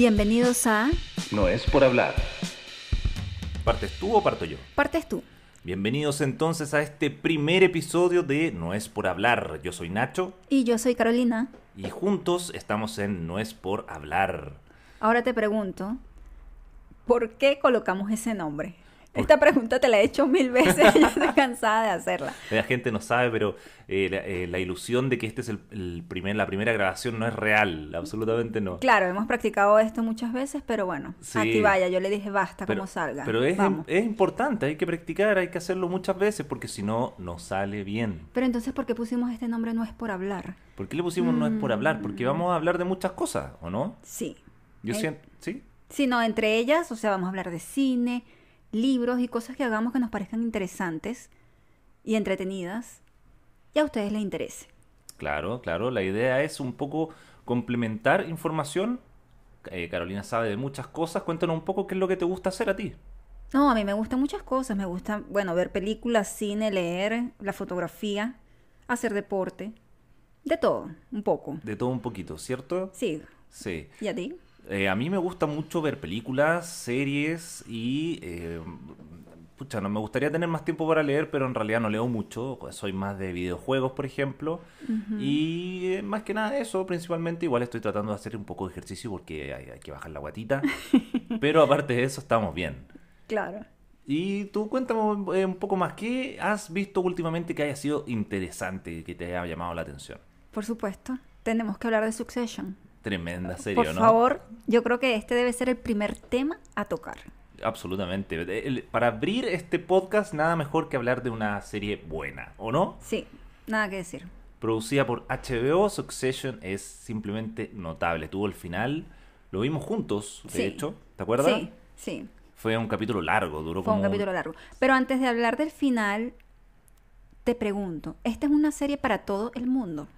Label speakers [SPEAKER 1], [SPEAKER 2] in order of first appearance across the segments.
[SPEAKER 1] Bienvenidos a
[SPEAKER 2] No es por hablar.
[SPEAKER 3] ¿Partes tú o parto yo?
[SPEAKER 1] Partes tú.
[SPEAKER 3] Bienvenidos entonces a este primer episodio de No es por hablar. Yo soy Nacho
[SPEAKER 1] Y yo soy Carolina.
[SPEAKER 3] y juntos estamos en No es por hablar.
[SPEAKER 1] Ahora te pregunto, ¿por qué colocamos ese nombre? Esta pregunta te la he hecho mil veces y ya estoy cansada de hacerla.
[SPEAKER 3] La gente no sabe, pero eh, la, eh, la ilusión de que este es el, el primer, la primera grabación no es real, absolutamente no.
[SPEAKER 1] Claro, hemos practicado esto muchas veces, pero bueno,
[SPEAKER 3] Sí.
[SPEAKER 1] aquí vaya, yo le dije basta como salga.
[SPEAKER 3] pero es,
[SPEAKER 1] Vamos.
[SPEAKER 3] es importante, hay que practicar, hay que hacerlo muchas veces porque si no, no sale bien.
[SPEAKER 1] Pero entonces, ¿por qué pusimos este nombre? No es por hablar.
[SPEAKER 3] ¿Por qué le pusimos No es
[SPEAKER 1] Mm.
[SPEAKER 3] por hablar? Porque vamos a hablar de muchas cosas, ¿o no?
[SPEAKER 1] Sí.
[SPEAKER 3] Yo
[SPEAKER 1] Eh,
[SPEAKER 3] siento, ¿sí?
[SPEAKER 1] Sino entre ellas, o sea, vamos a hablar de cine, libros y cosas que hagamos que nos parezcan interesantes y entretenidas y a ustedes les interese.
[SPEAKER 3] Claro, claro. La idea es un poco complementar información. Eh, Carolina sabe de muchas cosas. Cuéntanos un poco qué es lo que te gusta hacer a ti.
[SPEAKER 1] No, a mí me gustan muchas cosas. Me gusta, bueno, ver películas, cine, leer, la fotografía, hacer deporte, de todo, un poco.
[SPEAKER 3] De todo un poquito, ¿cierto?
[SPEAKER 1] Sí,
[SPEAKER 3] Sí.
[SPEAKER 1] ¿y a ti?
[SPEAKER 3] Eh, a mí me gusta mucho ver películas, series y... eh, pucha, no, me gustaría tener más tiempo para leer, pero en realidad no leo mucho. Soy más de videojuegos, por ejemplo. Y eh, más que nada eso, principalmente. Igual estoy tratando de hacer un poco de ejercicio porque hay, hay que bajar la guatita. pero aparte de eso, estamos bien.
[SPEAKER 1] Claro.
[SPEAKER 3] Y tú cuéntame eh, un poco más, ¿qué has visto últimamente que haya sido interesante, que te haya llamado la atención?
[SPEAKER 1] Por supuesto, tenemos que hablar de Succession.
[SPEAKER 3] Tremenda serie,
[SPEAKER 1] Por
[SPEAKER 3] ¿no?
[SPEAKER 1] favor, yo creo que este debe ser el primer tema a tocar.
[SPEAKER 3] Absolutamente. Eh, el- Para abrir este podcast, nada mejor que hablar de una serie buena, ¿o no?
[SPEAKER 1] Sí, nada que decir.
[SPEAKER 3] Producida por HBO, Succession es simplemente notable. Tuvo el final, lo vimos juntos, de
[SPEAKER 1] Sí.
[SPEAKER 3] hecho, ¿te acuerdas?
[SPEAKER 1] Sí, sí.
[SPEAKER 3] Fue un capítulo largo, duró
[SPEAKER 1] Fue
[SPEAKER 3] como...
[SPEAKER 1] un capítulo largo. Pero antes de hablar del final, te pregunto, ¿esta es una serie para todo el mundo?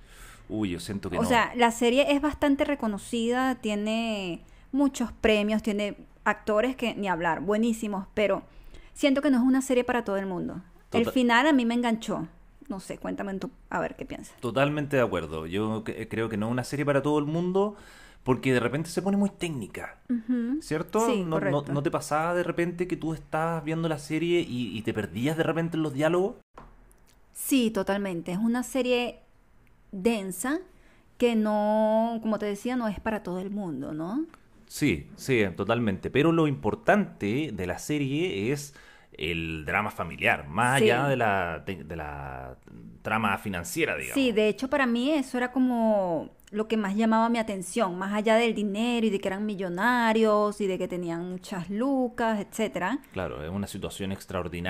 [SPEAKER 3] Uy, yo siento que
[SPEAKER 1] O
[SPEAKER 3] no.
[SPEAKER 1] sea, la serie es bastante reconocida, tiene muchos premios, tiene actores que ni hablar, buenísimos, pero siento que no es una serie para todo el mundo. El
[SPEAKER 3] Total-
[SPEAKER 1] final a mí me enganchó. No sé, cuéntame tú, a ver qué piensas.
[SPEAKER 3] Totalmente de acuerdo. Yo cre- eh, creo que no es una serie para todo el mundo porque de repente se pone muy técnica. ¿Cierto?
[SPEAKER 1] Sí,
[SPEAKER 3] no, no-
[SPEAKER 1] correcto.
[SPEAKER 3] ¿No te pasaba de repente que tú estabas viendo la serie y, y te perdías de repente en los diálogos?
[SPEAKER 1] Sí, totalmente. Es una serie densa que no, como te decía, no es para todo el mundo, ¿no?
[SPEAKER 3] Sí, sí, totalmente. Pero lo importante de la serie es el drama familiar, más
[SPEAKER 1] Sí.
[SPEAKER 3] allá de la, te- de la trama financiera, digamos.
[SPEAKER 1] Sí, de hecho para mí eso era como lo que más llamaba mi atención, más allá del dinero y de que eran millonarios y de que tenían muchas lucas, etcétera.
[SPEAKER 3] Claro, es una situación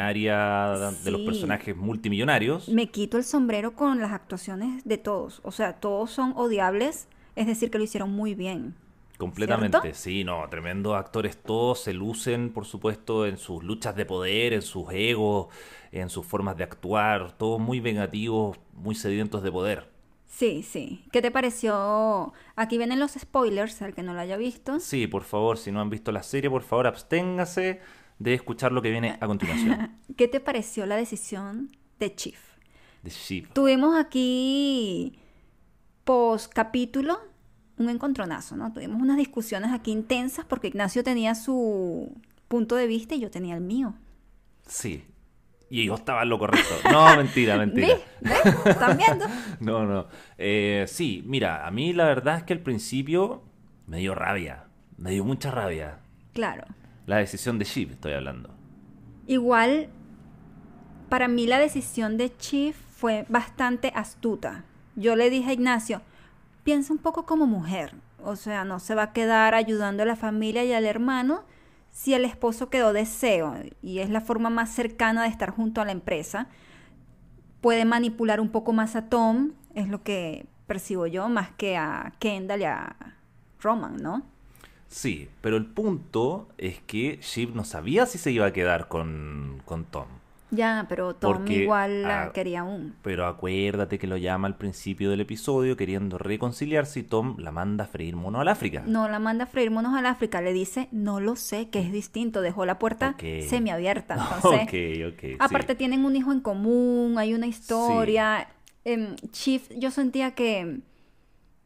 [SPEAKER 3] extraordinaria de los
[SPEAKER 1] Sí.
[SPEAKER 3] personajes multimillonarios.
[SPEAKER 1] Me quito el sombrero con las actuaciones de todos, o sea, todos son odiables, es decir, que lo hicieron muy bien.
[SPEAKER 3] Completamente,
[SPEAKER 1] ¿Cierto?
[SPEAKER 3] sí, no, tremendos actores todos se lucen, por supuesto, en sus luchas de poder, en sus egos, en sus formas de actuar, todos muy vengativos, muy sedientos de poder.
[SPEAKER 1] Sí, sí. ¿Qué te pareció? Aquí vienen los spoilers, al que no lo haya visto.
[SPEAKER 3] Sí, por favor, si no han visto la serie, por favor, absténgase de escuchar lo que viene a continuación.
[SPEAKER 1] ¿Qué te pareció la decisión de Chief?
[SPEAKER 3] The Sheep.
[SPEAKER 1] Tuvimos aquí, post capítulo, un encontronazo, ¿no? Tuvimos unas discusiones aquí intensas porque Ignacio tenía su punto de vista y yo tenía el mío.
[SPEAKER 3] Sí. Y yo estaba en lo correcto. No, mentira, mentira.
[SPEAKER 1] ¿Ves? ¿Ves? ¿Están viendo?
[SPEAKER 3] No, no. Eh, sí, mira, a mí la verdad es que al principio me dio rabia, me dio mucha rabia.
[SPEAKER 1] Claro.
[SPEAKER 3] La decisión de Sheep, estoy hablando.
[SPEAKER 1] Igual, para mí la decisión de Chief fue bastante astuta. Yo le dije a Ignacio, piensa un poco como mujer. O sea, no se va a quedar ayudando a la familia y al hermano si el esposo quedó deseo y es la forma más cercana de estar junto a la empresa. Puede manipular un poco más a Tom, es lo que percibo yo, más que a Kendall y a Roman, ¿no?
[SPEAKER 3] Sí, pero el punto es que Sheep no sabía si se iba a quedar con, con Tom.
[SPEAKER 1] Ya, pero Tom
[SPEAKER 3] Porque,
[SPEAKER 1] igual la
[SPEAKER 3] ah,
[SPEAKER 1] quería aún.
[SPEAKER 3] Pero acuérdate que lo llama al principio del episodio queriendo reconciliarse y Tom la manda a freír mono al África.
[SPEAKER 1] No la manda a freír monos al África, le dice, no lo sé, que es distinto, dejó la puerta
[SPEAKER 3] Ok.
[SPEAKER 1] semiabierta. Entonces,
[SPEAKER 3] ok, ok. sí.
[SPEAKER 1] aparte tienen un hijo en común, hay una historia. Em, Chief, yo sentía que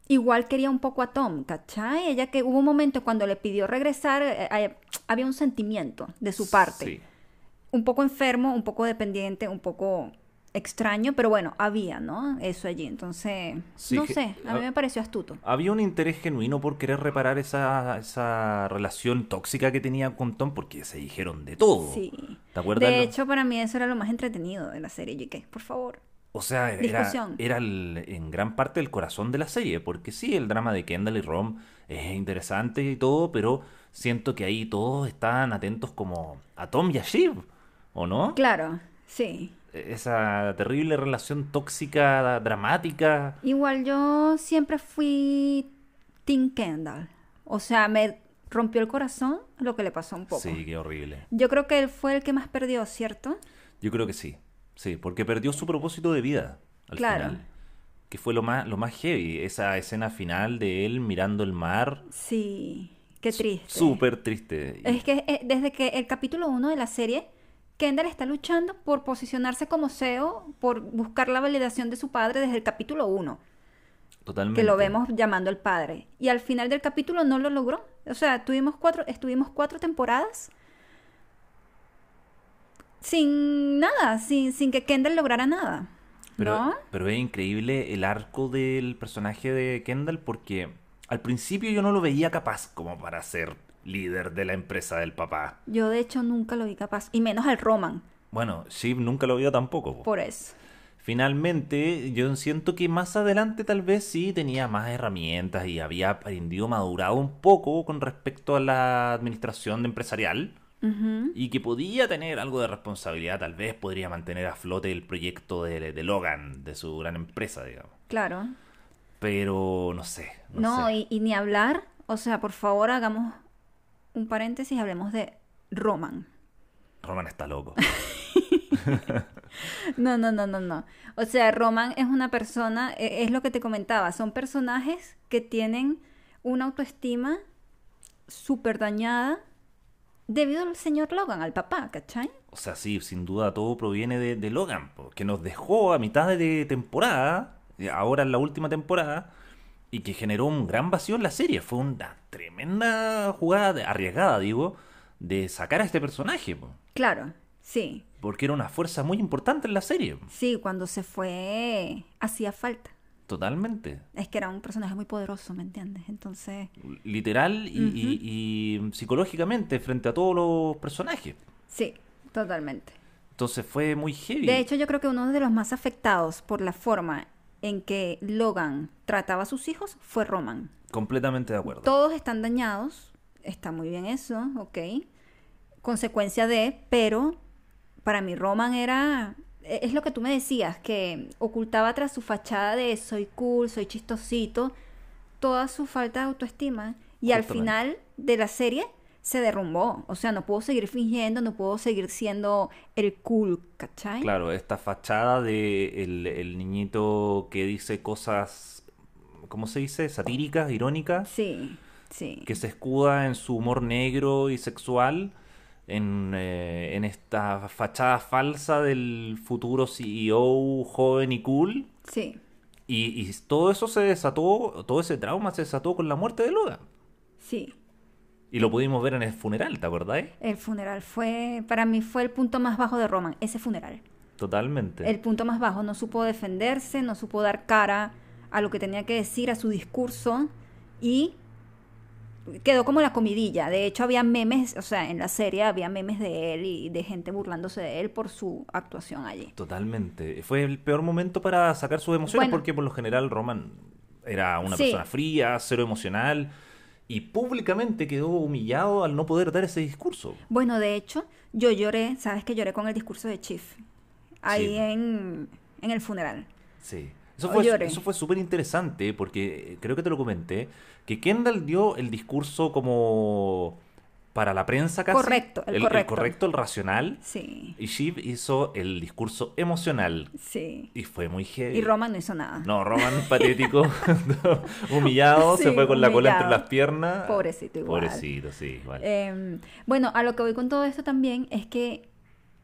[SPEAKER 1] igual quería un poco a Tom, ¿cachai? Ella que hubo un momento cuando le pidió regresar, eh, eh, había un sentimiento de su parte.
[SPEAKER 3] Sí.
[SPEAKER 1] Un poco enfermo, un poco dependiente, un poco extraño, pero bueno, había, ¿no? Eso allí. Entonces,
[SPEAKER 3] Sí,
[SPEAKER 1] no
[SPEAKER 3] que-
[SPEAKER 1] sé, a mí
[SPEAKER 3] ah.
[SPEAKER 1] me pareció astuto.
[SPEAKER 3] Había un interés genuino por querer reparar esa, esa relación tóxica que tenía con Tom porque se dijeron de todo.
[SPEAKER 1] Sí.
[SPEAKER 3] ¿Te acuerdas?
[SPEAKER 1] De hecho, para mí eso era lo más entretenido de la serie. Yo que, por favor.
[SPEAKER 3] O sea, era,
[SPEAKER 1] Discusión.
[SPEAKER 3] era el- en gran parte el corazón de la serie, porque sí, el drama de Kendall y Rom es interesante y todo, pero siento que ahí todos estaban atentos como a Tom y a Shiv, ¿o no?
[SPEAKER 1] Claro, sí.
[SPEAKER 3] Esa terrible relación tóxica, dramática.
[SPEAKER 1] Igual yo siempre fui Tim Kendall. O sea, me rompió el corazón lo que le pasó un poco.
[SPEAKER 3] Sí, qué horrible.
[SPEAKER 1] Yo creo que él fue el que más perdió, ¿cierto?
[SPEAKER 3] Yo creo que sí, sí, porque perdió su propósito de vida al
[SPEAKER 1] Claro.
[SPEAKER 3] final. Que fue lo más, lo más heavy, esa escena final de él mirando el mar.
[SPEAKER 1] Sí, qué triste.
[SPEAKER 3] Súper triste. Y-
[SPEAKER 1] Es que eh, desde que el capítulo 1 de la serie, Kendall está luchando por posicionarse como CEO, por buscar la validación de su padre desde el capítulo 1,
[SPEAKER 3] Totalmente.
[SPEAKER 1] que lo vemos llamando al padre. Y al final del capítulo no lo logró. O sea, tuvimos cuatro, estuvimos cuatro temporadas sin nada, sin, sin que Kendall lograra nada.
[SPEAKER 3] Pero,
[SPEAKER 1] ¿No?
[SPEAKER 3] pero es increíble el arco del personaje de Kendall porque al principio yo no lo veía capaz como para ser líder de la empresa del papá.
[SPEAKER 1] Yo de hecho nunca lo vi capaz, y menos al Roman,
[SPEAKER 3] Bueno, Shiv nunca lo vio tampoco. po.
[SPEAKER 1] por eso.
[SPEAKER 3] Finalmente, yo siento que más adelante tal vez sí tenía más herramientas y había aprendido, madurado un poco con respecto a la administración empresarial
[SPEAKER 1] Ujú.
[SPEAKER 3] y que podía tener algo de responsabilidad, tal vez podría mantener a flote el proyecto de, de Logan, de su gran empresa, digamos.
[SPEAKER 1] Claro.
[SPEAKER 3] Pero no sé.
[SPEAKER 1] No,
[SPEAKER 3] sé.
[SPEAKER 1] y, y ni hablar. O sea, por favor, hagamos un paréntesis y hablemos de Roman.
[SPEAKER 3] Roman está loco.
[SPEAKER 1] No, no, no, no, no. O sea, Roman es una persona, e- es lo que te comentaba, son personajes que tienen una autoestima súper dañada debido al señor Logan, al papá, ¿cachai?
[SPEAKER 3] O sea, sí, sin duda todo proviene de, de Logan, po, que nos dejó a mitad de temporada, eh, ahora en la última temporada, y que generó un gran vacío en la serie. Fue una tremenda jugada de- arriesgada, digo, de sacar a este personaje, po,
[SPEAKER 1] Claro, sí.
[SPEAKER 3] porque era una fuerza muy importante en la serie,
[SPEAKER 1] Sí, cuando se fue hacía falta.
[SPEAKER 3] totalmente.
[SPEAKER 1] Es que era un personaje muy poderoso, ¿me entiendes? Entonces,
[SPEAKER 3] Literal y, y- y psicológicamente frente a todos los personajes.
[SPEAKER 1] sí, totalmente.
[SPEAKER 3] Entonces fue muy heavy.
[SPEAKER 1] De hecho, yo creo que uno de los más afectados por la forma en que Logan trataba a sus hijos fue Roman.
[SPEAKER 3] completamente de acuerdo.
[SPEAKER 1] Todos están dañados, está muy bien eso, ok. Consecuencia de, pero para mí Roman era, e- es lo que tú me decías, que ocultaba tras su fachada de soy cool, soy chistosito, toda su falta de autoestima. Y al
[SPEAKER 3] Justamente.
[SPEAKER 1] final de la serie se derrumbó, o sea, no puedo seguir fingiendo, no puedo seguir siendo el cool, ¿cachai?
[SPEAKER 3] Claro, esta fachada de el, el niñito que dice cosas, ¿cómo se dice? Satíricas, irónicas,
[SPEAKER 1] Sí, sí.
[SPEAKER 3] que se escuda en su humor negro y sexual, en, eh, en esta fachada falsa del futuro CEO joven y cool.
[SPEAKER 1] Sí,
[SPEAKER 3] Y, y todo eso se desató, todo ese trauma se desató con la muerte de Logan.
[SPEAKER 1] sí.
[SPEAKER 3] Y lo pudimos ver en el funeral, ¿te acordáis?
[SPEAKER 1] El funeral fue, para mí fue el punto más bajo de Roman, ese funeral.
[SPEAKER 3] Totalmente.
[SPEAKER 1] El punto más bajo, no supo defenderse, no supo dar cara a lo que tenía que decir, a su discurso y quedó como la comidilla. De hecho, había memes, o sea, en la serie había memes de él y de gente burlándose de él por su actuación allí.
[SPEAKER 3] Totalmente. Fue el peor momento para sacar sus emociones
[SPEAKER 1] Bueno.
[SPEAKER 3] porque por lo general Roman era una
[SPEAKER 1] Sí.
[SPEAKER 3] persona fría, cero emocional y públicamente quedó humillado al no poder dar ese discurso.
[SPEAKER 1] Bueno, de hecho, yo lloré, sabes que lloré con el discurso de Chief ahí
[SPEAKER 3] Sí.
[SPEAKER 1] en, en el funeral.
[SPEAKER 3] Sí. Eso
[SPEAKER 1] Oh,
[SPEAKER 3] fue
[SPEAKER 1] lloré.
[SPEAKER 3] eso fue súper interesante porque eh, creo que te lo comenté, que Kendall dio el discurso como para la prensa casi.
[SPEAKER 1] Correcto, el correcto.
[SPEAKER 3] El correcto, el racional.
[SPEAKER 1] Sí,
[SPEAKER 3] Y Shiv hizo el discurso emocional
[SPEAKER 1] sí.
[SPEAKER 3] y fue muy heavy.
[SPEAKER 1] Y Roman no hizo nada.
[SPEAKER 3] No, Roman patético, humillado,
[SPEAKER 1] Sí,
[SPEAKER 3] se fue con la cola entre
[SPEAKER 1] humillado.
[SPEAKER 3] las piernas.
[SPEAKER 1] Pobrecito igual.
[SPEAKER 3] Pobrecito, sí, igual.
[SPEAKER 1] Eh, bueno, a lo que voy con todo esto también es que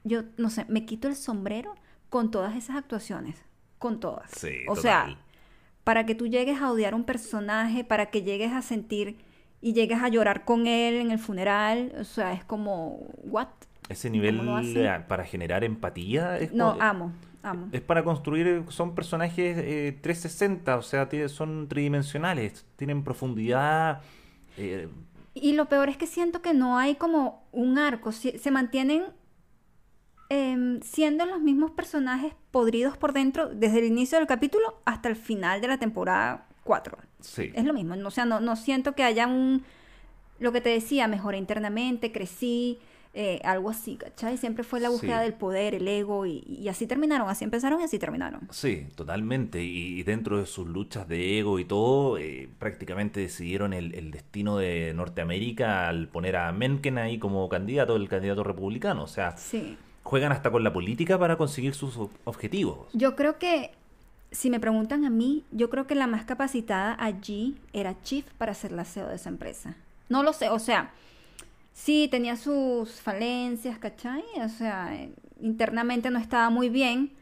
[SPEAKER 1] yo, no sé, me quito el sombrero con todas esas actuaciones. Con todas.
[SPEAKER 3] Sí,
[SPEAKER 1] o
[SPEAKER 3] total.
[SPEAKER 1] sea, para que tú llegues a odiar un personaje, para que llegues a sentir y llegues a llorar con él en el funeral, o sea, es como, ¿what?
[SPEAKER 3] Ese
[SPEAKER 1] ¿Cómo lo
[SPEAKER 3] nivel
[SPEAKER 1] hacen?
[SPEAKER 3] eh, para generar empatía es
[SPEAKER 1] No,
[SPEAKER 3] como-
[SPEAKER 1] amo, amo.
[SPEAKER 3] Es para construir, eh, son personajes eh, 360, o sea, tie- son tridimensionales, tienen profundidad. eh,
[SPEAKER 1] Y lo peor es que siento que no hay como un arco, si- se mantienen em, siendo los mismos personajes podridos por dentro desde el inicio del capítulo hasta el final de la temporada 4.
[SPEAKER 3] sí.
[SPEAKER 1] Es lo mismo, no- o sea, no, no siento que haya un, lo que te decía, mejoré internamente, crecí, eh, algo así, ¿cachai? Siempre fue la búsqueda
[SPEAKER 3] Sí.
[SPEAKER 1] del poder, el ego, y, y así terminaron, así empezaron y así terminaron.
[SPEAKER 3] Sí, totalmente. Y, y dentro de sus luchas de ego y todo, eh, prácticamente decidieron el, el destino de Norteamérica al poner a Mencken ahí como candidato, el candidato republicano. O sea,
[SPEAKER 1] Sí.
[SPEAKER 3] juegan hasta con la política para conseguir sus ob- objetivos.
[SPEAKER 1] Yo creo que, si me preguntan a mí, yo creo que la más capacitada allí era Chief para ser la CEO de esa empresa. No lo sé, o sea, sí tenía sus falencias, ¿cachai? O sea, eh, internamente no estaba muy bien,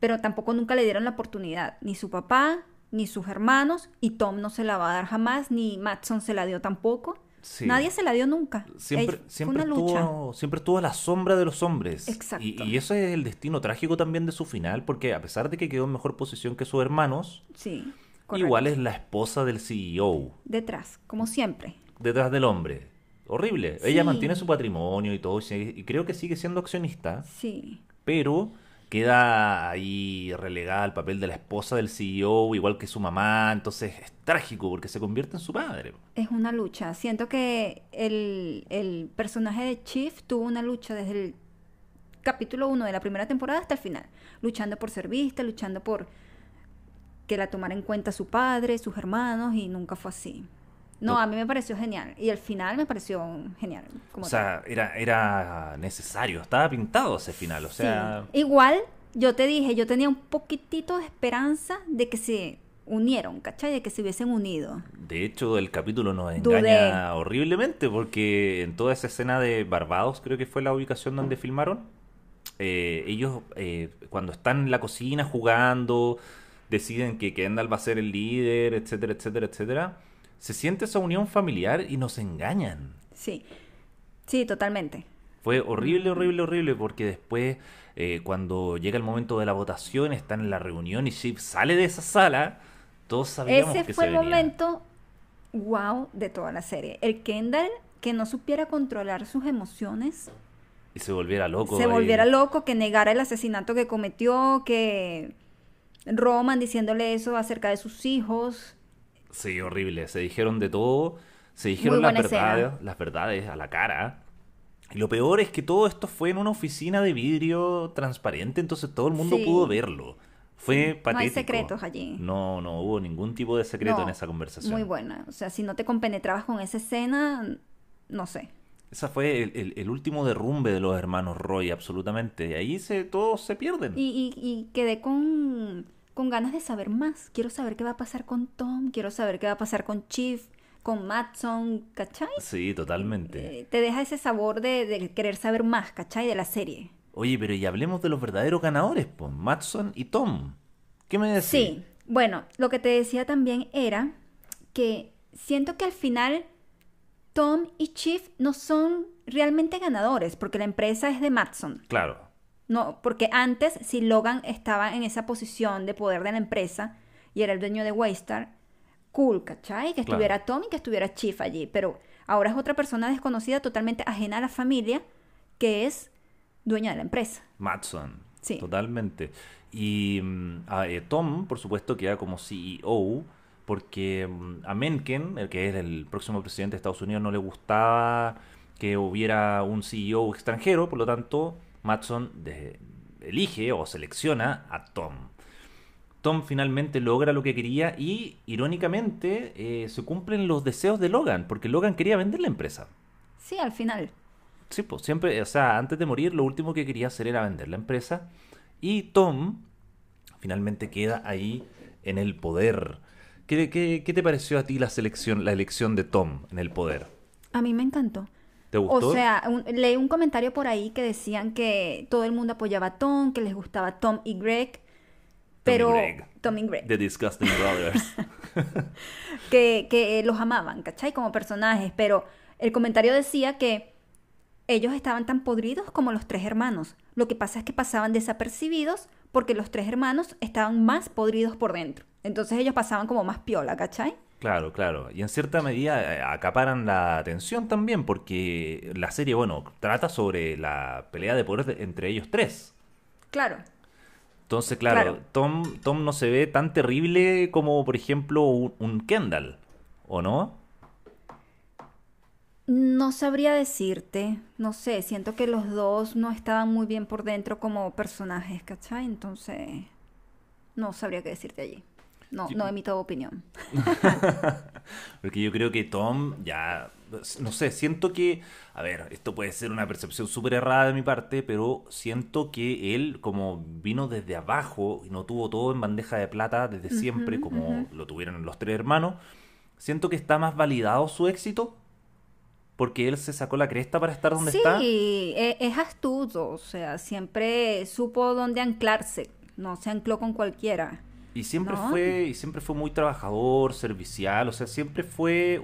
[SPEAKER 1] pero tampoco nunca le dieron la oportunidad, ni su papá, ni sus hermanos, y Tom no se la va a dar jamás, ni Matson se la dio tampoco.
[SPEAKER 3] Sí.
[SPEAKER 1] Nadie se la dio nunca.
[SPEAKER 3] Siempre,
[SPEAKER 1] Ey, fue
[SPEAKER 3] siempre,
[SPEAKER 1] una lucha.
[SPEAKER 3] estuvo, siempre estuvo a la sombra de los hombres.
[SPEAKER 1] Exacto.
[SPEAKER 3] Y, y eso es el destino trágico también de su final, porque a pesar de que quedó en mejor posición que sus hermanos,
[SPEAKER 1] Sí, correcto.
[SPEAKER 3] igual es la esposa del E CEO.
[SPEAKER 1] Detrás, como siempre.
[SPEAKER 3] detrás del hombre. Horrible.
[SPEAKER 1] Sí.
[SPEAKER 3] Ella mantiene su patrimonio y todo, y sigue- y creo que sigue siendo accionista,
[SPEAKER 1] Sí.
[SPEAKER 3] pero queda ahí relegada al papel de la esposa del CEO, igual que su mamá, entonces es trágico porque se convierte en su padre.
[SPEAKER 1] Es una lucha. Siento que el, el personaje de Chief tuvo una lucha desde el capítulo 1 de la primera temporada hasta el final. Luchando por ser vista, luchando por que la tomara en cuenta su padre, sus hermanos, y nunca fue así. No,
[SPEAKER 3] No.
[SPEAKER 1] a mí me pareció genial. Y el final me pareció genial. como
[SPEAKER 3] O sea, era, era necesario, estaba pintado ese final, o
[SPEAKER 1] Sí.
[SPEAKER 3] sea...
[SPEAKER 1] Igual, yo te dije, yo tenía un poquitito de esperanza de que se unieron, ¿cachai? De que se hubiesen unido.
[SPEAKER 3] De hecho, el capítulo nos
[SPEAKER 1] Dudé.
[SPEAKER 3] engaña horriblemente porque en toda esa escena de Barbados, creo que fue la ubicación donde filmaron, eh, ellos eh, cuando están en la cocina jugando, deciden que Kendall va a ser el líder, etcétera, etcétera, etcétera, se siente esa unión familiar y nos engañan.
[SPEAKER 1] Sí. Sí, totalmente.
[SPEAKER 3] Fue
[SPEAKER 1] Mm.
[SPEAKER 3] horrible, horrible, horrible, porque después, eh, cuando llega el momento de la votación, están en la reunión y Chip sale de esa sala, todos sabíamos
[SPEAKER 1] Ese
[SPEAKER 3] que
[SPEAKER 1] fue
[SPEAKER 3] se
[SPEAKER 1] el
[SPEAKER 3] venía.
[SPEAKER 1] momento wow de toda la serie. El Kendall que no supiera controlar sus emociones,
[SPEAKER 3] Y se volviera loco.
[SPEAKER 1] se
[SPEAKER 3] ahí.
[SPEAKER 1] volviera loco, que negara el asesinato que cometió, que Roman diciéndole eso acerca de sus hijos.
[SPEAKER 3] Sí, horrible. Se dijeron de todo. Se dijeron
[SPEAKER 1] Muy
[SPEAKER 3] las
[SPEAKER 1] buena escena.
[SPEAKER 3] verdades, las verdades a la cara. Y lo peor es que todo esto fue en una oficina de vidrio transparente, entonces todo el mundo
[SPEAKER 1] Sí.
[SPEAKER 3] pudo verlo. Fue
[SPEAKER 1] No hay
[SPEAKER 3] patético.
[SPEAKER 1] secretos allí.
[SPEAKER 3] No, no hubo ningún tipo de secreto
[SPEAKER 1] No,
[SPEAKER 3] en esa conversación.
[SPEAKER 1] Muy buena. O sea, si no te compenetrabas con esa escena, no sé.
[SPEAKER 3] Esa fue el, el- el último derrumbe de los hermanos Roy, absolutamente. Y ahí se, todos se pierden.
[SPEAKER 1] Y, y- y quedé con, con ganas de saber más. Quiero saber qué va a pasar con Tom, quiero saber qué va a pasar con Chief, con Matson, ¿cachai?
[SPEAKER 3] Sí, totalmente.
[SPEAKER 1] Eh, te deja ese sabor de, de querer saber más, ¿cachai? De la serie.
[SPEAKER 3] Oye, pero y hablemos de los verdaderos ganadores, pues, Matson y Tom. ¿Qué me decís?
[SPEAKER 1] Sí. Bueno, lo que te decía también era que siento que al final Tom y Chief no son realmente ganadores porque la empresa es de Matson.
[SPEAKER 3] Claro.
[SPEAKER 1] No, porque antes si Logan estaba en esa posición de poder de la empresa y era el dueño de Waystar, cool, ¿cachai? Que
[SPEAKER 3] Claro.
[SPEAKER 1] estuviera Tom y que estuviera Chief allí, pero ahora es otra persona desconocida totalmente ajena a la familia que es dueña de la empresa.
[SPEAKER 3] Matson.
[SPEAKER 1] Sí.
[SPEAKER 3] Totalmente. Y mm, a, eh, Tom, por supuesto, queda como CEO porque mm, a Mencken, el que es el próximo presidente de Estados Unidos, no le gustaba que hubiera un CEO extranjero, por lo tanto, Matson de- elige o selecciona a Tom. Tom finalmente logra lo que quería y, irónicamente, eh, se cumplen los deseos de Logan, porque Logan quería vender la empresa.
[SPEAKER 1] Sí, al final.
[SPEAKER 3] Sí, pues siempre, o sea, antes de morir, lo último que quería hacer era vender la empresa. Y Tom finalmente queda ahí en el poder. ¿Qué, qué- qué te pareció a ti la selección, la elección de Tom en el poder?
[SPEAKER 1] A mí me encantó.
[SPEAKER 3] ¿Te gustó?
[SPEAKER 1] O sea, un- leí un comentario por ahí que decían que todo el mundo apoyaba a Tom, que les gustaba Tom y Greg. Pero
[SPEAKER 3] Greg.
[SPEAKER 1] Tom y Greg.
[SPEAKER 3] The Disgusting Brothers.
[SPEAKER 1] que, que los amaban, ¿cachai? Como personajes, pero el comentario decía que ellos estaban tan podridos como los tres hermanos. Lo que pasa es que pasaban desapercibidos porque los tres hermanos estaban más podridos por dentro. Entonces ellos pasaban como más piola, ¿cachai?
[SPEAKER 3] Claro, claro. Y en cierta medida eh, acaparan la atención también, porque la serie, bueno, trata sobre la pelea de poder de- entre ellos tres.
[SPEAKER 1] Claro.
[SPEAKER 3] Entonces, claro,
[SPEAKER 1] Claro.
[SPEAKER 3] Tom, Tom no se ve tan terrible como, por ejemplo, un, un Kendall, ¿o no?
[SPEAKER 1] No sabría decirte, no sé, siento que los dos no estaban muy bien por dentro como personajes, ¿cachai? Entonces, no sabría qué decirte allí. No,
[SPEAKER 3] Sí.
[SPEAKER 1] no emito opinión.
[SPEAKER 3] Porque yo creo que Tom ya, no sé, siento que, a ver, esto puede ser una percepción súper errada de mi parte, pero siento que él como vino desde abajo y no tuvo todo en bandeja de plata desde siempre, como lo tuvieron los tres hermanos, siento que está más validado su éxito porque él se sacó la cresta para estar donde
[SPEAKER 1] sí,
[SPEAKER 3] está.
[SPEAKER 1] e- es astuto, o sea, siempre supo dónde anclarse, no se ancló con cualquiera.
[SPEAKER 3] Y siempre
[SPEAKER 1] No.
[SPEAKER 3] fue y siempre fue muy trabajador, servicial, o sea, siempre fue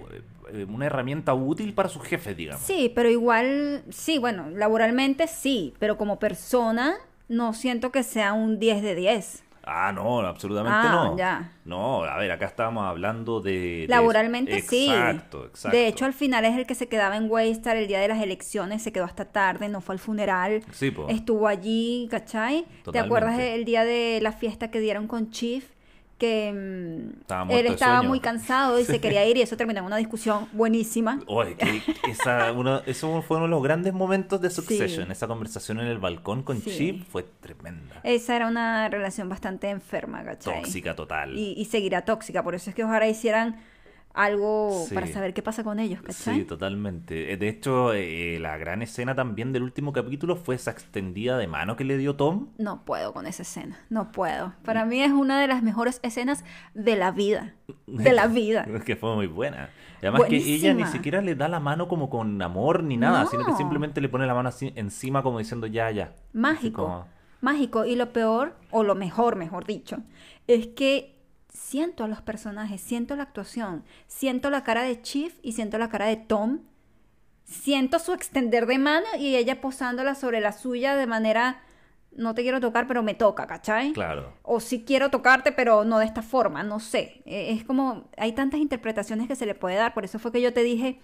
[SPEAKER 3] eh, una herramienta útil para sus jefes, digamos.
[SPEAKER 1] Sí, pero igual, sí, bueno, laboralmente sí, pero como persona no siento que sea un 10 de 10.
[SPEAKER 3] Ah, no, absolutamente
[SPEAKER 1] Ah,
[SPEAKER 3] no.
[SPEAKER 1] ya.
[SPEAKER 3] No, a ver, acá estábamos hablando de... de-
[SPEAKER 1] Laboralmente sí.
[SPEAKER 3] Exacto, exacto.
[SPEAKER 1] De hecho, al final es el que se quedaba en Waystar el día de las elecciones, se quedó hasta tarde, no fue al funeral,
[SPEAKER 3] Sí, po.
[SPEAKER 1] estuvo allí, ¿cachai? ¿Te
[SPEAKER 3] Totalmente.
[SPEAKER 1] acuerdas el día de la fiesta que dieron con Chief? Que mm,
[SPEAKER 3] Estaba muerto
[SPEAKER 1] él
[SPEAKER 3] de
[SPEAKER 1] estaba
[SPEAKER 3] sueño.
[SPEAKER 1] muy cansado y se quería ir y eso terminó en una discusión buenísima.
[SPEAKER 3] Oye, que esa, uno- eso fue uno de los grandes momentos de Succession.
[SPEAKER 1] Sí.
[SPEAKER 3] Esa conversación en el balcón con
[SPEAKER 1] Sí.
[SPEAKER 3] Chip fue tremenda.
[SPEAKER 1] Esa era una relación bastante enferma, ¿cachai?
[SPEAKER 3] Tóxica total.
[SPEAKER 1] Y, y seguirá tóxica, por eso es que ojalá hicieran algo
[SPEAKER 3] Sí.
[SPEAKER 1] para saber qué pasa con ellos, ¿cachai?
[SPEAKER 3] Sí, totalmente. Eh, De hecho, eh, la gran escena también del último capítulo fue esa extendida de mano que le dio Tom.
[SPEAKER 1] No puedo con esa escena, no puedo. Para mí es una de las mejores escenas de la vida, de la vida.
[SPEAKER 3] Que fue muy buena. Y además que ella ni
[SPEAKER 1] Buenísima.
[SPEAKER 3] siquiera le da la mano como con amor ni nada, sino que
[SPEAKER 1] No.
[SPEAKER 3] simplemente le pone la mano así encima como diciendo ya, ya. Así
[SPEAKER 1] Mágico,
[SPEAKER 3] como-
[SPEAKER 1] mágico. Y lo peor, o lo mejor, mejor dicho, es que siento a los personajes, siento la actuación, siento la cara de Chief y siento la cara de Tom. Siento su extender de mano y ella posándola sobre la suya de manera, no te quiero tocar, pero me toca, ¿cachai?
[SPEAKER 3] Claro.
[SPEAKER 1] O sí quiero tocarte, pero no de esta forma, no sé. Eh, Es como, hay tantas interpretaciones que se le puede dar, por eso fue que yo te dije,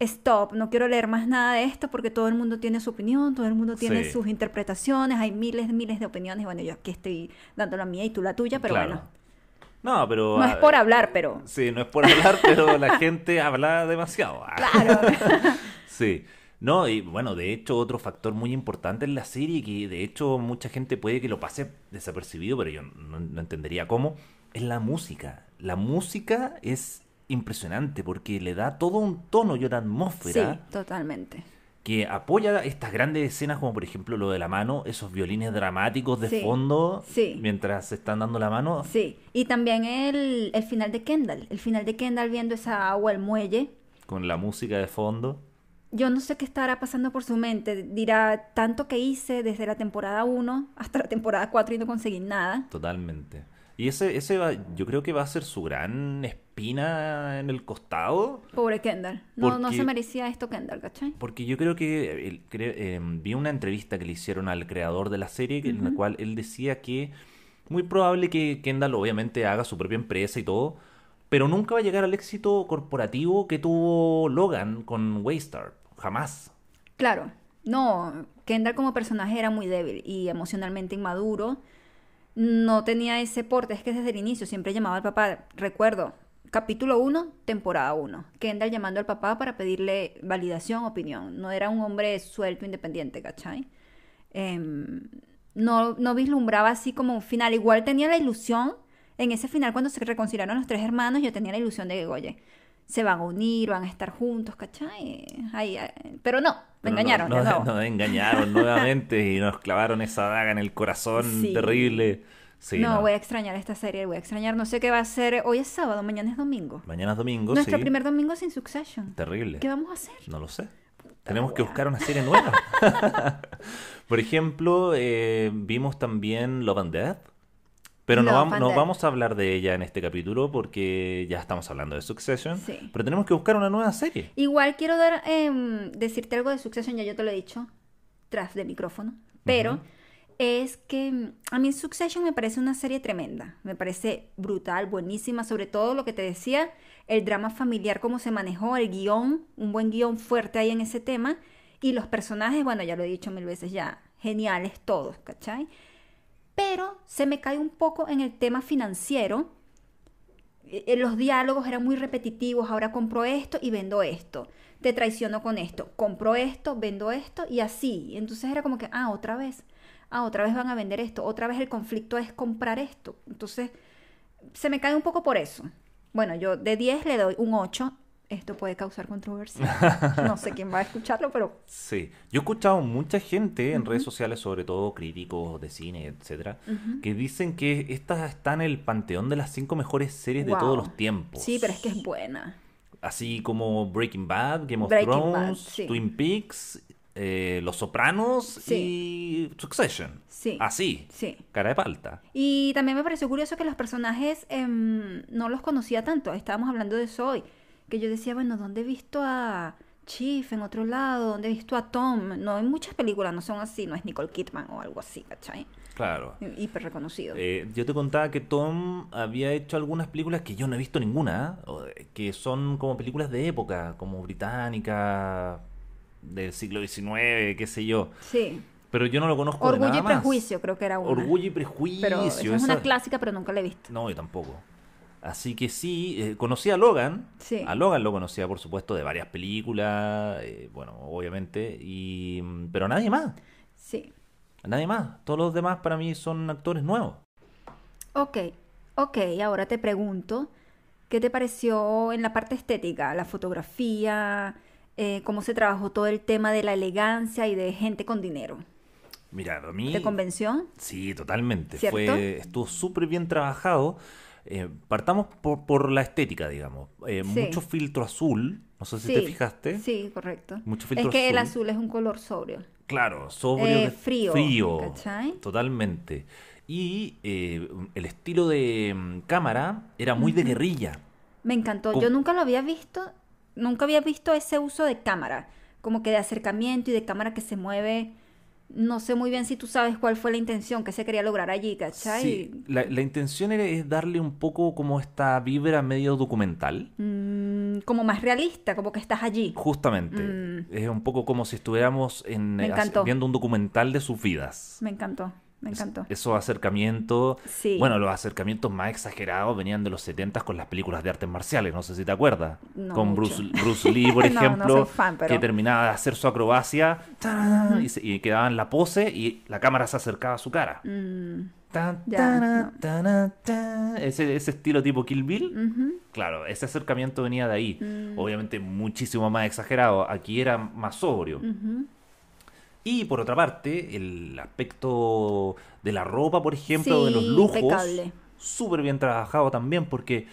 [SPEAKER 1] stop, no quiero leer más nada de esto porque todo el mundo tiene su opinión, todo el mundo tiene
[SPEAKER 3] Sí.
[SPEAKER 1] sus interpretaciones, hay miles, miles de opiniones, y bueno, yo aquí estoy dando la mía y tú la tuya, pero
[SPEAKER 3] claro.
[SPEAKER 1] bueno,
[SPEAKER 3] No, pero...
[SPEAKER 1] no es
[SPEAKER 3] ah,
[SPEAKER 1] por hablar, pero...
[SPEAKER 3] Sí, no es por hablar, pero la gente habla demasiado. Ah,
[SPEAKER 1] Claro,
[SPEAKER 3] Sí. No, y bueno, de hecho, otro factor muy importante en la serie, que de hecho mucha gente puede que lo pase desapercibido, pero yo no, no entendería cómo, es la música. La música es impresionante porque le da todo un tono y una
[SPEAKER 1] sí,
[SPEAKER 3] atmósfera
[SPEAKER 1] totalmente.
[SPEAKER 3] que apoya estas grandes escenas, como por ejemplo lo de la mano, esos violines dramáticos de
[SPEAKER 1] Sí,
[SPEAKER 3] fondo
[SPEAKER 1] sí.
[SPEAKER 3] mientras se están dando la mano.
[SPEAKER 1] Sí, y también el, el final de Kendall, el final de Kendall viendo esa agua, el muelle,
[SPEAKER 3] Con la música de fondo.
[SPEAKER 1] Yo no sé qué estará pasando por su mente. Dirá, tanto que hice desde la temporada 1 hasta la temporada 4 y no conseguí nada.
[SPEAKER 3] Totalmente. Y ese, ese va- yo creo que va a ser su gran espina en el costado.
[SPEAKER 1] Pobre Kendall. No, no
[SPEAKER 3] Porque-
[SPEAKER 1] se merecía esto Kendall, ¿cachai?
[SPEAKER 3] Porque yo creo que el- cre- eh, vi una entrevista que le hicieron al creador de la serie, que- en la cual él decía que muy probable que Kendall obviamente haga su propia empresa y todo, pero nunca va a llegar al éxito corporativo que tuvo Logan con Waystar. Jamás.
[SPEAKER 1] Claro. No, Kendall como personaje era muy débil y emocionalmente inmaduro. No tenía ese porte. Es que desde el inicio siempre llamaba al papá. Recuerdo, capítulo 1, temporada 1. Kendall llamando al papá para pedirle validación, opinión. No era un hombre suelto, independiente, ¿cachai? em, no, no vislumbraba así como un final. Igual tenía la ilusión, en ese final cuando se reconciliaron los tres hermanos, yo tenía la ilusión de que, oye, se van a unir, van a estar juntos, ¿cachai? Ahí, eh, pero no, me
[SPEAKER 3] Pero no-
[SPEAKER 1] engañaron.
[SPEAKER 3] Nos
[SPEAKER 1] de nuevo.
[SPEAKER 3] nos engañaron nuevamente y nos clavaron esa daga en el corazón
[SPEAKER 1] Sí.
[SPEAKER 3] terrible. Sí,
[SPEAKER 1] no,
[SPEAKER 3] no.
[SPEAKER 1] voy a extrañar esta serie, voy a extrañar, no sé qué va a ser. Hoy es sábado, mañana es domingo.
[SPEAKER 3] Mañana es domingo.
[SPEAKER 1] Nuestro
[SPEAKER 3] sí.
[SPEAKER 1] primer domingo sin Succession.
[SPEAKER 3] Terrible.
[SPEAKER 1] ¿Qué vamos a hacer?
[SPEAKER 3] No lo sé. Tenemos que
[SPEAKER 1] wea.
[SPEAKER 3] buscar una serie nueva. Por ejemplo, eh, vimos también Love and Death. Pero no,
[SPEAKER 1] No,
[SPEAKER 3] vam- no
[SPEAKER 1] Fandel.
[SPEAKER 3] vamos a hablar de ella en este capítulo porque ya estamos hablando de Succession.
[SPEAKER 1] Sí.
[SPEAKER 3] Pero tenemos que buscar una nueva serie.
[SPEAKER 1] Igual quiero dar, em, decirte algo de Succession, ya yo te lo he dicho, tras de micrófono, pero es que mm, a mí Succession me parece una serie tremenda, me parece brutal, buenísima, sobre todo lo que te decía, el drama familiar, cómo se manejó, el guión, un buen guión fuerte ahí en ese tema, y los personajes, bueno, ya lo he dicho mil veces ya, geniales todos, ¿cachai? Pero se me cae un poco en el tema financiero, eh, eh, los diálogos eran muy repetitivos, ahora compro esto y vendo esto, te traiciono con esto, compro esto, vendo esto y así. Entonces era como que, ah, otra vez, ah, otra vez van a vender esto, otra vez el conflicto es comprar esto. Entonces se me cae un poco por eso. Bueno, yo de 10 le doy un 8. Esto puede causar controversia. No sé quién va a escucharlo, pero
[SPEAKER 3] Sí, yo he escuchado mucha gente en redes sociales, sobre todo críticos de cine, etcétera, que dicen que esta está en el panteón de las cinco mejores series de
[SPEAKER 1] Wow.
[SPEAKER 3] todos los tiempos.
[SPEAKER 1] sí, pero es que es buena.
[SPEAKER 3] Así como Breaking Bad, Game of
[SPEAKER 1] Breaking Bad,
[SPEAKER 3] Thrones,
[SPEAKER 1] sí.
[SPEAKER 3] Twin Peaks, eh, Los Sopranos y Succession.
[SPEAKER 1] Sí.
[SPEAKER 3] Así,
[SPEAKER 1] Sí.
[SPEAKER 3] cara de palta.
[SPEAKER 1] Y también me pareció curioso que los personajes em, no los conocía tanto. Estábamos hablando de eso hoy. Que yo decía, bueno, ¿dónde he visto a Chief en otro lado? ¿Dónde he visto a Tom? No, en muchas películas no son así. No es Nicole Kidman o algo así, ¿cachai?
[SPEAKER 3] Claro.
[SPEAKER 1] Hiper reconocido.
[SPEAKER 3] Eh, yo te contaba que Tom había hecho algunas películas que yo no he visto ninguna, o, eh, que son como películas de época, como británica, del siglo XIX, qué sé yo.
[SPEAKER 1] sí.
[SPEAKER 3] Pero yo no lo conozco de
[SPEAKER 1] Orgullo
[SPEAKER 3] nada
[SPEAKER 1] y
[SPEAKER 3] más.
[SPEAKER 1] prejuicio, creo que era una.
[SPEAKER 3] Orgullo y prejuicio.
[SPEAKER 1] Pero esa es una
[SPEAKER 3] esa-
[SPEAKER 1] clásica, pero nunca la he visto.
[SPEAKER 3] No, yo tampoco. Así que sí, eh, conocí a Logan.
[SPEAKER 1] Sí.
[SPEAKER 3] A Logan lo conocía, por supuesto, de varias películas, eh, bueno, obviamente, y mm, pero a nadie más,
[SPEAKER 1] Sí.
[SPEAKER 3] a nadie más. Todos los demás para mí son actores nuevos.
[SPEAKER 1] Ok, ok, ahora te pregunto, ¿qué te pareció en la parte estética, la fotografía, eh, cómo se trabajó todo el tema de la elegancia y de gente con dinero?
[SPEAKER 3] Mira, a mí
[SPEAKER 1] ¿Te convenció?
[SPEAKER 3] Sí, totalmente.
[SPEAKER 1] ¿Cierto?
[SPEAKER 3] Fue, estuvo súper bien trabajado. Eh, partamos por, por la estética, digamos. Eh,
[SPEAKER 1] Sí.
[SPEAKER 3] Mucho filtro azul. No sé si te fijaste.
[SPEAKER 1] Sí, correcto.
[SPEAKER 3] Mucho
[SPEAKER 1] Es
[SPEAKER 3] filtro
[SPEAKER 1] que el
[SPEAKER 3] azul.
[SPEAKER 1] azul es un color sobrio.
[SPEAKER 3] Claro, sobrio.
[SPEAKER 1] Eh,
[SPEAKER 3] de-
[SPEAKER 1] frío,
[SPEAKER 3] Frío.
[SPEAKER 1] ¿cachai?
[SPEAKER 3] Totalmente. Y eh, el estilo de mm, cámara era muy de guerrilla.
[SPEAKER 1] Me encantó.
[SPEAKER 3] Com-
[SPEAKER 1] Yo nunca lo había visto, nunca había visto ese uso de cámara, como que de acercamiento y de cámara que se mueve. No sé muy bien si tú sabes cuál fue la intención que se quería lograr allí, ¿cachai?
[SPEAKER 3] Sí, la, la intención era, es darle un poco como esta vibra medio documental.
[SPEAKER 1] Mm, como más realista, como que estás allí.
[SPEAKER 3] Justamente.
[SPEAKER 1] Mm.
[SPEAKER 3] Es un poco como si estuviéramos en,
[SPEAKER 1] Me
[SPEAKER 3] eh,
[SPEAKER 1] encantó.
[SPEAKER 3] viendo un documental de sus vidas.
[SPEAKER 1] Me encantó, me encantó.
[SPEAKER 3] Esos acercamientos.
[SPEAKER 1] Sí.
[SPEAKER 3] Bueno, los acercamientos más exagerados venían de los 70 con las películas de artes marciales, no sé si te acuerdas.
[SPEAKER 1] No
[SPEAKER 3] con
[SPEAKER 1] mucho.
[SPEAKER 3] Bruce, Bruce Lee, por
[SPEAKER 1] No, no
[SPEAKER 3] ejemplo,
[SPEAKER 1] soy fan, pero-
[SPEAKER 3] que terminaba de hacer su acrobacia tarán, y, se- y quedaba en la pose y la cámara se acercaba a su cara.
[SPEAKER 1] Mm,
[SPEAKER 3] Tan,
[SPEAKER 1] Ya,
[SPEAKER 3] tarán,
[SPEAKER 1] no.
[SPEAKER 3] tarán, tarán. Ese, ese estilo tipo Kill Bill.
[SPEAKER 1] ujú.
[SPEAKER 3] Claro, ese acercamiento venía de ahí.
[SPEAKER 1] Mm.
[SPEAKER 3] Obviamente muchísimo más exagerado. Aquí era más sobrio.
[SPEAKER 1] Ujú.
[SPEAKER 3] Y por otra parte, el aspecto de la ropa, por ejemplo, de los
[SPEAKER 1] Sí,
[SPEAKER 3] lujos,
[SPEAKER 1] impecable.
[SPEAKER 3] súper bien trabajado también, porque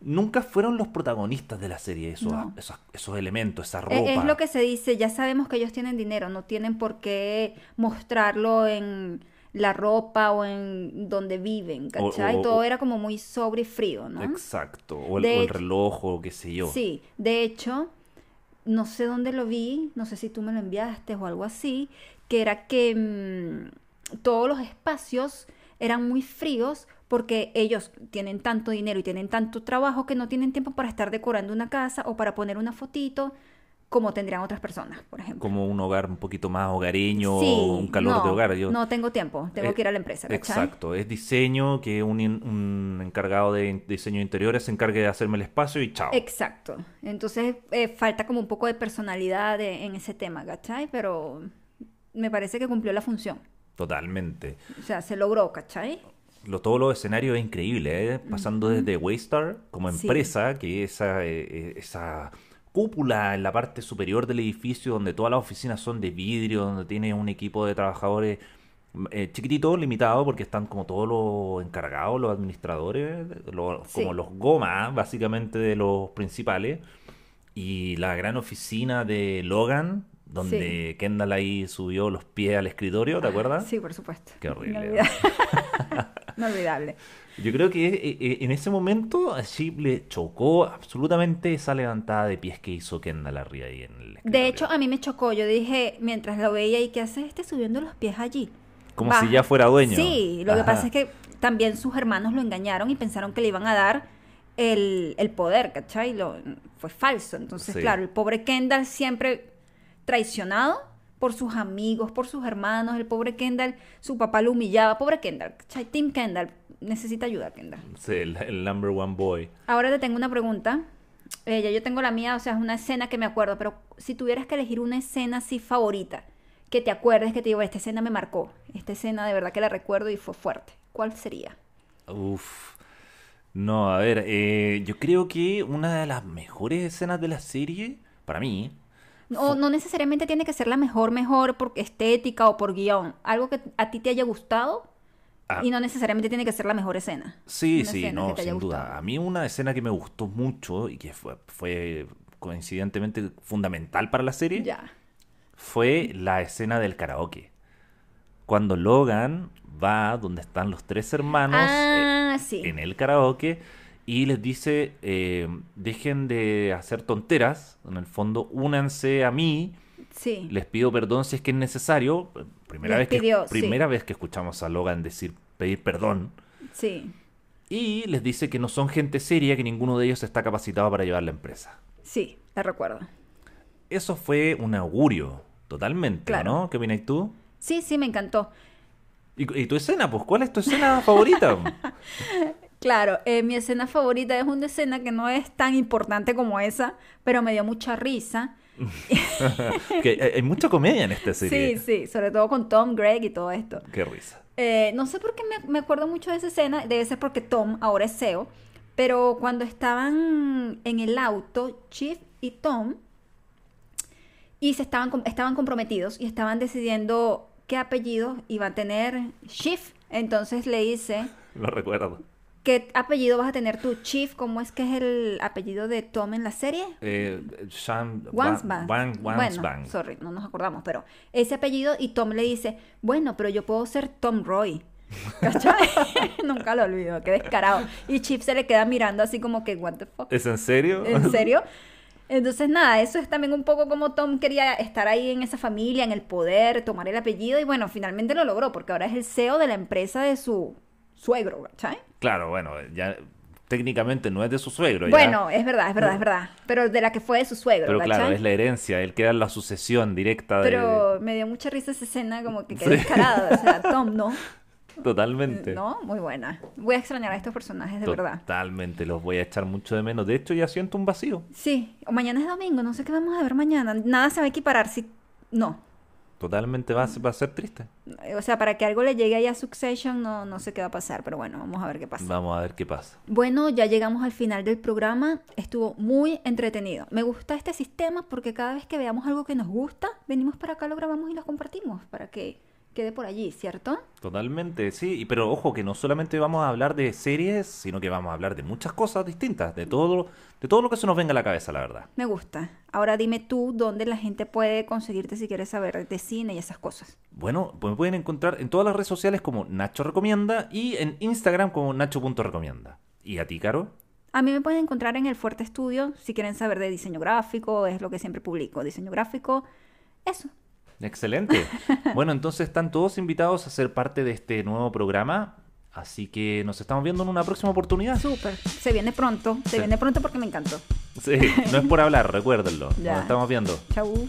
[SPEAKER 3] nunca fueron los protagonistas de la serie esos,
[SPEAKER 1] No.
[SPEAKER 3] esos, esos elementos, esa ropa.
[SPEAKER 1] E- Es, lo que se dice, ya sabemos que ellos tienen dinero, no tienen por qué mostrarlo en la ropa o en donde viven,
[SPEAKER 3] O-
[SPEAKER 1] ¿cachai?
[SPEAKER 3] o-
[SPEAKER 1] Todo
[SPEAKER 3] o-
[SPEAKER 1] era como muy sobre y frío, ¿no?
[SPEAKER 3] Exacto, o el,
[SPEAKER 1] De
[SPEAKER 3] o el
[SPEAKER 1] hecho-
[SPEAKER 3] reloj, o qué sé yo.
[SPEAKER 1] Sí, de hecho, no sé dónde lo vi, no sé si tú me lo enviaste o algo así, que era que mm, todos los espacios eran muy fríos porque ellos tienen tanto dinero y tienen tanto trabajo que no tienen tiempo para estar decorando una casa o para poner una fotito como tendrían otras personas, por ejemplo.
[SPEAKER 3] Como un hogar un poquito más hogareño,
[SPEAKER 1] Sí,
[SPEAKER 3] un calor de
[SPEAKER 1] no,
[SPEAKER 3] hogar. Yo,
[SPEAKER 1] No tengo tiempo, tengo
[SPEAKER 3] Eh,
[SPEAKER 1] que ir a la empresa, ¿cachai?
[SPEAKER 3] Exacto, es diseño que un, in- un encargado de in- diseño de interiores se encargue de hacerme el espacio y chao.
[SPEAKER 1] Exacto. Entonces eh, falta como un poco de personalidad de- en ese tema, ¿cachai? Pero me parece que cumplió la función.
[SPEAKER 3] Totalmente.
[SPEAKER 1] O sea, se logró, ¿cachai?
[SPEAKER 3] Lo, todos los escenarios es increíble, ¿eh? pasando desde Waystar como
[SPEAKER 1] Sí.
[SPEAKER 3] empresa, que esa, eh, eh, esa cúpula en la parte superior del edificio donde todas las oficinas son de vidrio, donde tiene un equipo de trabajadores mm, eh, chiquitito, limitado, porque están como todos los encargados, los administradores, los-
[SPEAKER 1] Sí.
[SPEAKER 3] como los gomas, básicamente, de los principales. Y la gran oficina de Logan, donde
[SPEAKER 1] Ah,
[SPEAKER 3] Kendall ahí subió los pies al escritorio, ¿te acuerdas?
[SPEAKER 1] Sí, por supuesto.
[SPEAKER 3] Qué ¿Ah? horrible.
[SPEAKER 1] Navidad. Inolvidable.
[SPEAKER 3] Yo creo que eh, eh, en ese momento a Chip le chocó absolutamente esa levantada de pies que hizo Kendall arriba ahí en el
[SPEAKER 1] De
[SPEAKER 3] escritorio.
[SPEAKER 1] hecho, a mí me chocó. Yo dije, mientras lo veía, ¿y qué hace este subiendo los pies allí?
[SPEAKER 3] Como
[SPEAKER 1] Baja.
[SPEAKER 3] si ya fuera dueño.
[SPEAKER 1] Sí, lo que
[SPEAKER 3] Ajá.
[SPEAKER 1] pasa es que también sus hermanos lo engañaron y pensaron que le iban a dar el, el poder, ¿cachai? Lo, fue falso. Entonces,
[SPEAKER 3] Sí.
[SPEAKER 1] claro, el pobre Kendall siempre traicionado por sus amigos, por sus hermanos. El pobre Kendall, su papá lo humillaba. Pobre Kendall, ¿cachai? Team Kendall, necesita ayuda, Kendall.
[SPEAKER 3] Sí, el, el number one boy.
[SPEAKER 1] Ahora te tengo una pregunta. Eh, ya yo tengo la mía, o sea, es una escena que me acuerdo, pero si tuvieras que elegir una escena así favorita, que te acuerdes, que te digo, esta escena me marcó, esta escena de verdad que la recuerdo y fue fuerte, ¿cuál sería?
[SPEAKER 3] Uf. No, a ver, eh, yo creo que una de las mejores escenas de la serie, para mí,
[SPEAKER 1] No, no necesariamente tiene que ser la mejor, mejor por estética o por guión, algo que a ti te haya gustado
[SPEAKER 3] Ah.
[SPEAKER 1] y no necesariamente tiene que ser la mejor escena.
[SPEAKER 3] Sí,
[SPEAKER 1] Una
[SPEAKER 3] sí,
[SPEAKER 1] escena que
[SPEAKER 3] no,
[SPEAKER 1] te haya
[SPEAKER 3] sin duda.
[SPEAKER 1] gustado.
[SPEAKER 3] A mí una escena que me gustó mucho y que fue, fue coincidentemente fundamental para la serie
[SPEAKER 1] Ya.
[SPEAKER 3] fue la escena del karaoke. Cuando Logan va donde están los tres hermanos eh,
[SPEAKER 1] Ah, sí.
[SPEAKER 3] en el karaoke y les dice, eh, dejen de hacer tonteras, en el fondo, únanse a mí,
[SPEAKER 1] Sí.
[SPEAKER 3] les pido perdón si es que es necesario. Primera,
[SPEAKER 1] Les
[SPEAKER 3] vez,
[SPEAKER 1] pidió,
[SPEAKER 3] que,
[SPEAKER 1] sí.
[SPEAKER 3] primera vez que escuchamos a Logan decir pedir perdón.
[SPEAKER 1] Sí.
[SPEAKER 3] Y les dice que no son gente seria, que ninguno de ellos está capacitado para llevar la empresa.
[SPEAKER 1] Sí, la recuerdo.
[SPEAKER 3] Eso fue un augurio, totalmente,
[SPEAKER 1] Claro.
[SPEAKER 3] ¿no? ¿Qué opinas tú?
[SPEAKER 1] Sí, sí, me encantó.
[SPEAKER 3] ¿Y, y tu escena? Pues, ¿cuál es tu escena favorita?
[SPEAKER 1] Claro, eh, mi escena favorita es una escena que no es tan importante como esa, pero me dio mucha risa.
[SPEAKER 3] que hay, hay mucha comedia en esta
[SPEAKER 1] Sí,
[SPEAKER 3] serie.
[SPEAKER 1] sí, sobre todo con Tom, Greg y todo esto.
[SPEAKER 3] Qué risa.
[SPEAKER 1] Eh, no sé por qué me, me acuerdo mucho de esa escena, debe ser porque Tom ahora es CEO, pero cuando estaban en el auto, Chief y Tom, y se estaban, com- estaban comprometidos y estaban decidiendo qué apellido iba a tener Chief, entonces le dice...
[SPEAKER 3] Lo recuerdo.
[SPEAKER 1] ¿Qué apellido vas a tener tú, Chief? ¿Cómo es que es el apellido de Tom en la serie?
[SPEAKER 3] Eh, Sean
[SPEAKER 1] Wansbank.
[SPEAKER 3] Wan-
[SPEAKER 1] bueno,
[SPEAKER 3] Wansbank.
[SPEAKER 1] sorry, no nos acordamos, pero ese apellido y Tom le dice, bueno, pero yo puedo ser Tom Roy. ¿Cachai? Nunca lo olvido, qué descarado. Y Chief se le queda mirando así como que, what the fuck,
[SPEAKER 3] ¿Es en serio?
[SPEAKER 1] ¿en serio? Entonces, nada, eso es también un poco como Tom quería estar ahí en esa familia, en el poder, tomar el apellido, y bueno, finalmente lo logró, porque ahora es el CEO de la empresa de su suegro, ¿cachai?
[SPEAKER 3] claro, bueno, ya técnicamente no es de su suegro. ya.
[SPEAKER 1] Bueno, es verdad, es verdad, es verdad. Pero de la que fue de su suegro,
[SPEAKER 3] Pero claro,
[SPEAKER 1] ¿cachai?
[SPEAKER 3] es la herencia, él queda en la sucesión directa de...
[SPEAKER 1] Pero me dio mucha risa esa escena, como que quedé
[SPEAKER 3] Sí.
[SPEAKER 1] descarada. O sea, Tom, ¿no?
[SPEAKER 3] Totalmente.
[SPEAKER 1] No, muy buena. Voy a extrañar a estos personajes, de verdad.
[SPEAKER 3] Totalmente, los voy a echar mucho de menos. De hecho, ya siento un vacío.
[SPEAKER 1] Sí, o mañana es domingo, no sé qué vamos a ver mañana. Nada se va a equiparar si... No.
[SPEAKER 3] Totalmente va a, ser- va a ser triste.
[SPEAKER 1] O sea, para que algo le llegue ahí a Succession, no, no sé qué va a pasar, pero bueno, vamos a ver qué pasa.
[SPEAKER 3] Vamos a ver qué pasa.
[SPEAKER 1] Bueno, ya llegamos al final del programa. Estuvo muy entretenido. Me gusta este sistema porque cada vez que veamos algo que nos gusta, venimos para acá, lo grabamos y lo compartimos para que quede por allí, ¿cierto?
[SPEAKER 3] Totalmente, sí. Y pero ojo que no solamente vamos a hablar de series, sino que vamos a hablar de muchas cosas distintas, de todo, de todo lo que se nos venga a la cabeza, la verdad.
[SPEAKER 1] Me gusta. Ahora dime tú dónde la gente puede conseguirte si quieres saber de cine y esas cosas.
[SPEAKER 3] Bueno, pues me pueden encontrar en todas las redes sociales como Nacho Recomienda y en Instagram como Nacho.recomienda. ¿Y a ti, Caro?
[SPEAKER 1] A mí me pueden encontrar en el Fuerte Estudio si quieren saber de diseño gráfico, es lo que siempre publico, diseño gráfico, eso.
[SPEAKER 3] Excelente. Bueno, entonces están todos invitados a ser parte de este nuevo programa. Así que nos estamos viendo en una próxima oportunidad.
[SPEAKER 1] Súper. Se viene pronto, se
[SPEAKER 3] Sí.
[SPEAKER 1] viene pronto porque me encantó.
[SPEAKER 3] Sí, no es por hablar, recuérdenlo.
[SPEAKER 1] Ya.
[SPEAKER 3] Nos estamos viendo.
[SPEAKER 1] Chau.